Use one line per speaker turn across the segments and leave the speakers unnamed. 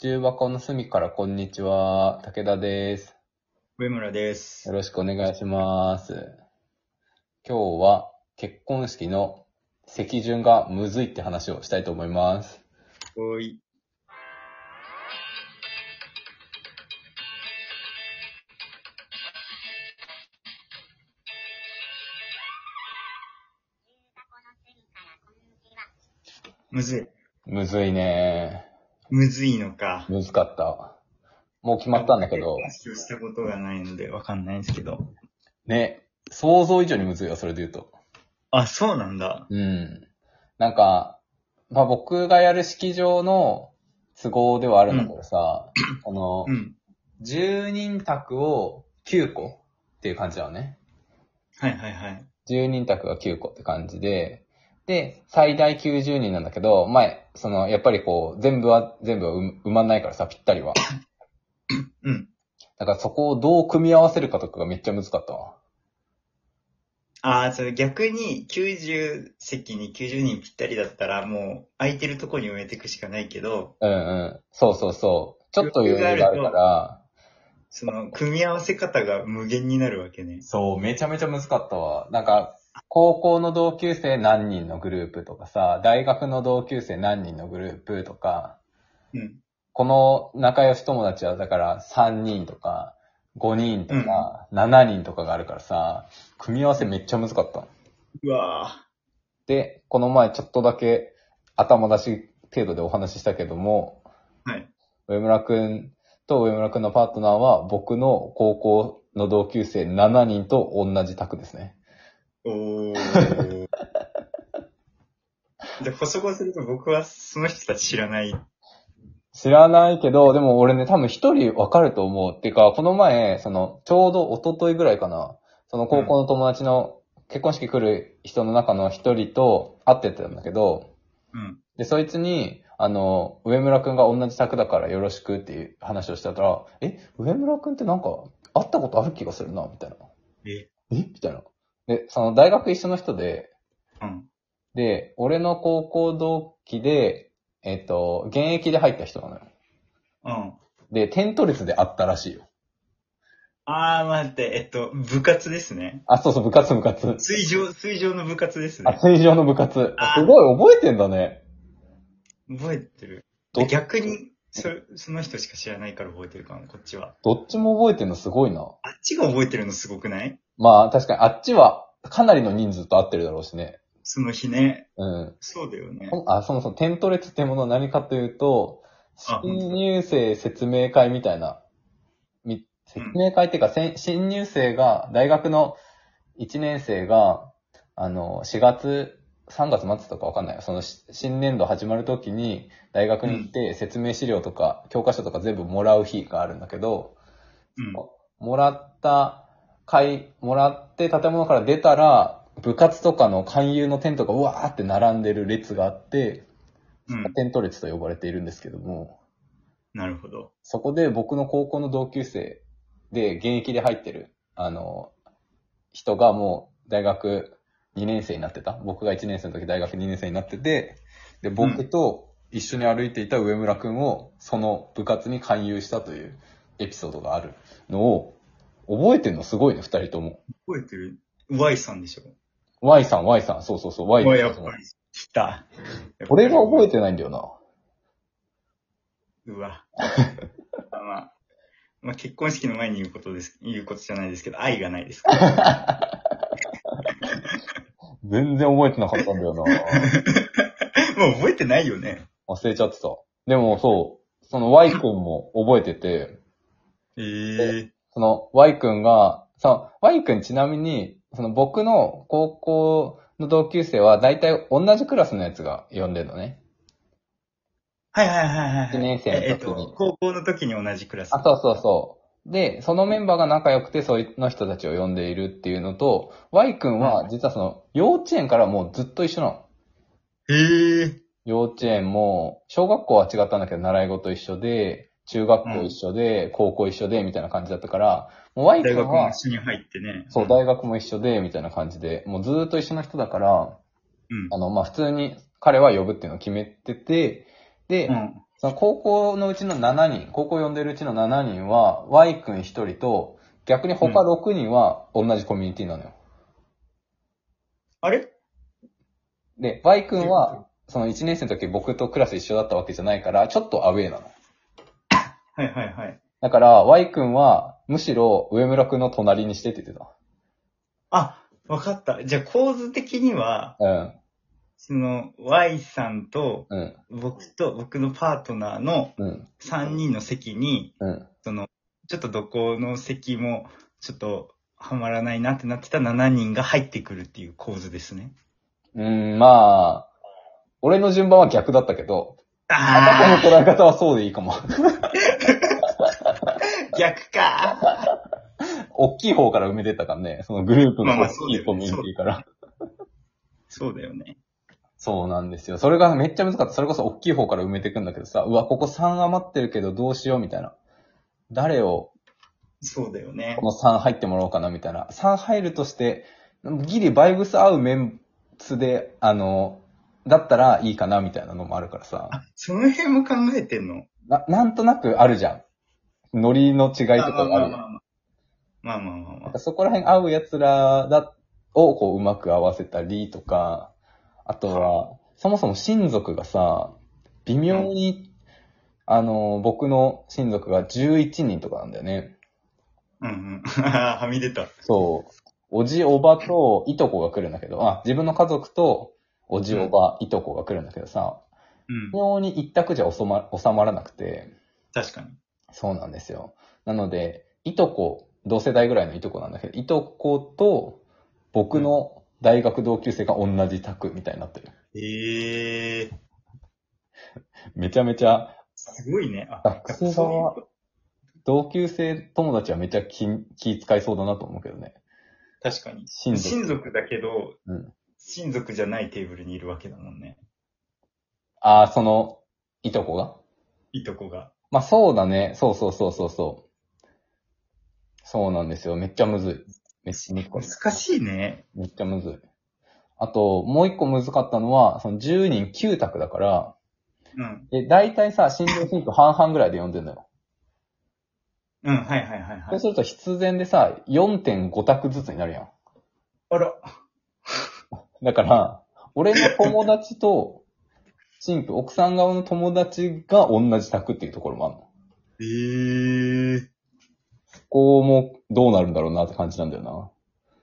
中箱の隅からこんにちは。武田です。
上村です
よ。ろしくお願いします。今日は結婚式の席順がむずいって話をしたいと思います。
おい。むずい。
むずいね。
むずいのか。
むずかった。もう決まったんだけど、
話をしたことがないのでわかんないんですけど。
ね、想像以上にむずいよ、それで言うと。
あ、そうなんだ。
うん。なんか、まあ僕がやる式場の都合ではあるんだけどさ、この、
うん。
10人宅を9個っていう感じだよね。
はいはいはい。
10人宅が9個って感じで、で、最大90人なんだけど、前、その、やっぱりこう、全部は、全部は埋埋まんないからさ、ぴったりは。
うん。
だからそこをどう組み合わせるかとかがめっちゃ難かったわ。
ああ、それ逆に90席に90人ぴったりだったらもう空いてるとこに埋めていくしかないけど、
うんうん。そうそうそう。ちょっと余裕があるから、
その組み合わせ方が無限になるわけね。
そう、めちゃめちゃ難かったわ。なんか、高校の同級生何人のグループとかさ、大学の同級生何人のグループとか、
うん。
この仲良し友達はだから3人とか5人とか7人とかがあるからさ、組み合わせめっちゃ難かったの。
うわぁ。
で、この前ちょっとだけ頭出し程度でお話ししたけども、
はい。
上村くんと上村くんのパートナーは僕の高校の同級生7人と同じ宅ですね。
おー。で、補足をすると僕はその人たち知らない。
知らないけど、でも俺ね、多分一人わかると思う。っていうか、この前、その、ちょうど一昨日ぐらいかな、その高校の友達の結婚式来る人の中の一人と会ってたんだけど、
うん。
で、そいつに、あの、上村くんが同じ宅だからよろしくっていう話をしてたら、え、上村くんってなんか、会ったことある気がするな、みたいな。
え
えみたいな。で、その大学一緒の人で、
うん。
で、俺の高校同期で、えっと、現役で入った人なのよ。
うん。
で、テント列で会ったらしいよ。
あー、待って、えっと、部活ですね。
あ、そうそう、部活部活。
水上、水上の部活です
あ、
ね。
水上の部活。
あ
すごい、覚えてんだね。
覚えてる。
ど
逆に、そ、その人しか知らないから覚えてるかも、こっちは。
どっちも覚えてんのすごいな。
あっちが覚えてるのすごくない
まあ、確かにあっちはかなりの人数と会ってるだろうしね。
その日ね。
うん。
そうだよね。
あ、そもそもテント列ってものは何かというと、
あ本当
新入生説明会みたいな、み説明会っていうか、せん新入生が、大学の1年生が、あの、4月、3月末とかわかんないよ。その、し新年度始まるときに、大学に行って説明資料とか、教科書とか全部もらう日があるんだけど、
うん。
もらった会、もらって建物から出たら、部活とかの勧誘のテントがうわーって並んでる列があって、
うん。
テント列と呼ばれているんですけども、
なるほど。
そこで僕の高校の同級生で現役で入ってる、あの、人がもう大学2年生になってた。僕が1年生の時大学2年生になってて、で、僕と一緒に歩いていた上村くんをその部活に勧誘したというエピソードがあるのを、覚えてんのすごいね、二人とも。
覚えてる ?Y さんでしょ
Y さん、Y さん、そうそうそう、Y
あ
さ
やっぱ
ん
り。。来た。
俺が覚え
て
てないんだよな。
うわ。まあまあ、まあ、結婚式の前に言うことです、言うことじゃないですけど、愛がないですから。
全然覚えてなかったんだよな。
もう覚えてないよね。
忘れちゃってた。でもそう、その Y 君も覚えてて、
ええ
その Y 君が、その Y 君ちなみに、その僕の高校の同級生は大体同じクラスのやつが呼んでるのね。
はいはいはいはいはい。
一年生の時に
ええっと、高校の時に同じクラス。
あ、そうそうそう。で、そのメンバーが仲良くて、その人たちを呼んでいるっていうのと、Y 君は実はその幼稚園からもうずっと一緒なの。
ええ
幼稚園も、小学校は違ったんだけど、習い事一緒で、中学校一緒で、高校一緒で、みたいな感じだったから、もう Y
大
君
学も
は、
一緒に入ってね。
そう、大学も一緒で、みたいな感じで、もうずーっと一緒の人だから、
うん。
あの、まあ、普通に彼は呼ぶっていうのを決めてて、で、
うん。
その高校のうちの7人、高校呼んでるうちの7人は、Y 君1人と、逆に他
うん
6人は同じコミュニティなのよ。
あれ
で、Y 君は、その1年生の時僕とクラス一緒だったわけじゃないから、ちょっとアウェーなの。
はいはいはい。
だから、Y 君は、むしろ上村君の隣にしてって言って
あ、わかった。じゃあ構図的には、
た。うん、
その Y さんと
うん、
僕と僕のパートナーの
うん、
3人の席に、
うん。
その、ちょっとどこの席もちょっとはまらないなってなってた7人が入ってくるっていう構図ですね。
うん、まあ、俺の順番は逆だったけど、あたこの
あ
捉え方はそうでいいかも。
あ、 逆か。
大きい方から埋めてったからね、そのグループの
まあまあ
大きいコミュニティから。
そうだよね。
そうなんですよ。それがめっちゃ難かった。それこそ大きい方から埋めていくんだけどさ、うわ、ここ3余ってるけどどうしようみたいな。誰を
そうだよね
こ。の3入ってもらおうかなみたいな。3入るとして、ギリバイブス合うメンツで、あの、だったらいいかなみたいなのもあるからさ、
あ、その辺も考えてんの
ななんとなくあるじゃん。ノリの違いとか
まあま
があ
あ
るじゃん。
まあまあまあ。まあまあまあま
なん
あ
か。そこら辺合う奴らだをこううまく合わせたりとか、あとは、そもそも親族がさ、微妙に、あの、僕の親族が11人とかなんだよね。
うんうん。 はみ出た。
そう。おじ、おばといとこが来るんだけど、あ、自分の家族とおじ、おば、いとこが来るんだけどさ、
うん
微。妙に一択じゃ収ま収まらなくて、
確かに。
そうなんですよ。なので、いとこ、同世代ぐらいのいとこなんだけど、いとこと僕の大学同級生が同じ宅みたいになってる。
ええー。
めちゃめちゃ、
すごいね。あ、
学生は、同級生友達はめちゃ気気遣いそうだなと思うけどね。
確かに。
親族。
親族だけど、
うん
親族じゃないテーブルにいるわけだもんね。
ああ、その、いとこが
いとこが。
まあそうだね。そうそうそうそうそう。そうなんですよ。めっちゃむずい。めっちゃむずい
難しいね。
めっちゃむずい。あと、もう一個難かったのは、その10人9択だから、
うん。
で、大体さ、心情シンク半々ぐらいで読んでるのよ。
うん、はいはいはいは
そう
い。
すると必然でさ、4.5択ずつになるやん。
あら。
だから、俺の友達と、シンク、奥さん側の友達が同じ択っていうところもあるの。
ええー。
そこもどうなるんだろうなって感じなんだよ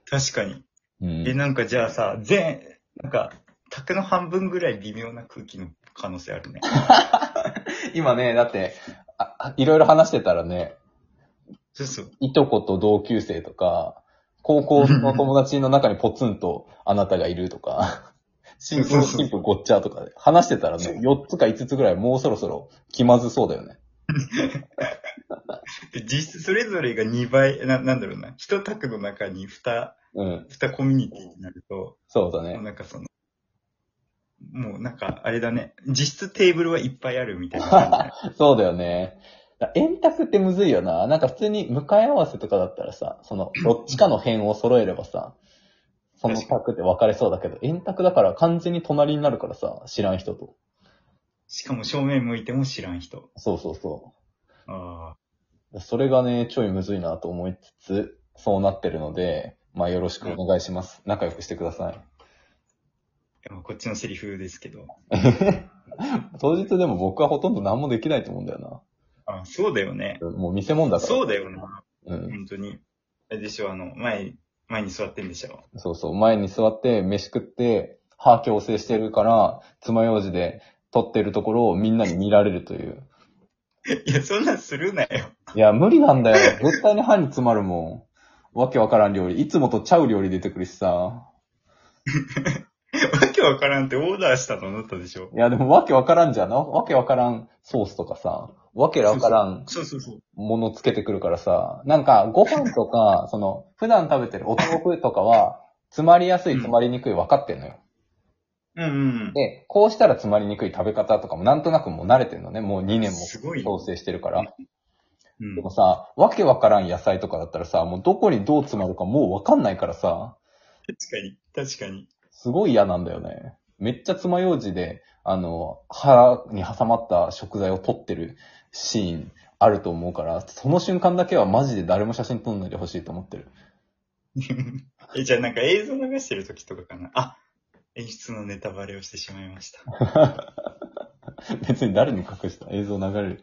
確かに。
な。うん。
え、なんかじゃあさ、全、なんか、卓の半分ぐらい微妙な空気の可能性あるね。
今ね、だって、ああいろいろ話してたらね、
そうそう。
いとこと同級生とか、高校の友達の中にポツンとあなたがいるとか、新
そう
婦、
そう
新婦ごっちゃとかで話してたらね、
そう
4つか5つぐらいもうそろそろ気まずそうだよね。
で実質それぞれが2倍、な、なんだろうな。一卓の中に2、
うん。
二コミュニティになると、
そうだ
もう
ね。
なんかその、もうなんか、あれだね。実質テーブルはいっぱいあるみたいな感 じだね。
そうだよね。だ円卓ってむずいよな。なんか普通に向かい合わせとかだったらさ、そ の、どっちかの辺を揃えればさ、その卓で分かれそうだけど、円卓だから完全に隣になるからさ、知らん人と。
しかも正面向いても知らん人。
そうそうそう。
ああ。
それがね、ちょいむずいなと思いつつ、そうなってるので、まあよろしくお願いします。仲良くしてください。
でもこっちのセリフですけど。
当日でも僕はほとんど何もできないと思うんだよ
あそうだよね。
な。もう見せ物だから。
そうだよな。
うん。
本当に。あれでしょ、あの、前、前に座ってんでしょ。
そうそう。前に座って、飯食って、歯矯正してるから、爪楊枝で撮ってるところをみんなに見られるという。
いや、そんなんするなよ。
いや、無理なんだよ。絶対に歯に詰まるもん。わけわからん料理。いつもとちゃう料理出てくるしさ。
わけわからんってオーダーしたと思ったでしょ。
いや、でもわけわからんじゃん。なわけわからんソースとかさ。わけわからん
そうそうそう。
ものつけてくるからさ、なんかご飯と か、その、普段食べてるお豆腐とかは、詰まりやすい、
うん
詰まりにくい分かってんのよ。
うんうん
で、こうしたら詰まりにくい食べ方とかもなんとなくもう慣れてんのね。もう2
うん。
年も
すごいよ。
調整してるから。
うん
でもさ、わけわからん野菜とかだったらさ、もうどこにどう詰まるかもうわかんないからさ、
確かに、確かに。
すごい嫌なんだよね。めっちゃ爪楊枝で、あの、腹に挟まった食材を取ってるシーンあると思うから、その瞬間だけはマジで誰も写真撮んないでほしいと思ってる。
え、じゃあなんか映像流してる時とかかな。あ、演出のネタバレをしてしまいました。
別に誰に隠した映像流れる。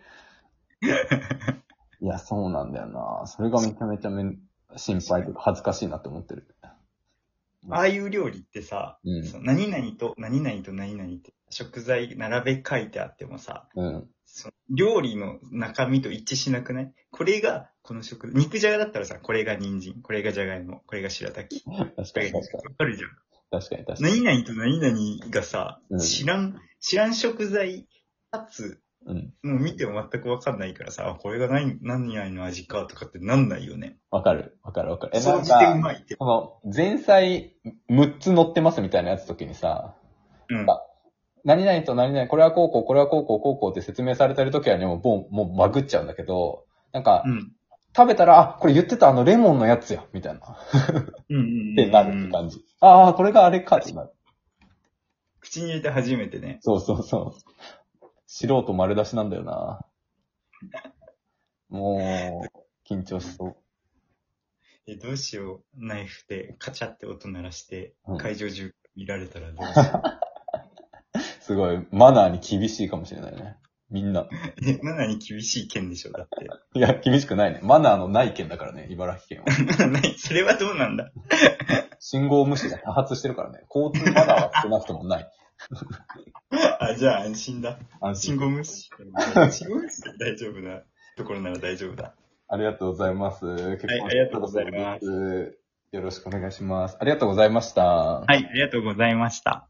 いや、そうなんだよな。それがめちゃめちゃめん心配というか恥ずかしいなって思ってる。
ああいう料理ってさ、
うん
その何々と何々と何々って食材並べ替えてあってもさ、
うん。
その料理の中身と一致しなくないこれがこの食、肉じゃがだったらさ、これが人参、これがじゃがいも、これが白滝。こ
確か
れ
に
が
確かに。
わかるじゃん。
確かに確かに。
何々と何々がさ、
うん
知らん、知らん食材、かつ、
うん。
もう見ても全くわかんないからさ、あこれが何、何々の味かとかってなんないよね。
わかる。わかるわかる。え、な
掃
ん
除でう
か、
まいって。
この、前菜6つ乗ってますみたいなやつ時にさ、
うん。
何々と何々、これはこうこう、これはこうこう、こうこうって説明されてる時はね、もう、ボン、もうバグっちゃうんだけど、なんか
う、ん。
食べたら、あ、これ言ってたあのレモンのやつや、みたいな。
うんうん。
ってなるって感じ。ああ、これがあれかってなる。
口に入れて初めてね。
そうそうそう。素人丸出しなんだよな。もう、緊張しそう。
え、どうしよう。ナイフでカチャって音鳴らして
うん、
会場中見られたらどうしよ
すごい、マナーに厳しいかもしれないね。みんな。
う。 え、マナーに厳しい県でしょ、だっ
いや、厳しくないね。マナーのない県だからね、茨城県は。
て。 ない、それはどうなんだ。
信号無視が多発してるからね。交通マナーは少なくともない。
あ、じゃあ安心だ。
安
信
心。
号無 視。信号無視で大丈夫なところなら大丈夫だ。
ありがとうございます。結。
はいありがとうございます
よろしくお願いします。ありがとうございました。
はい、ありがとうございました。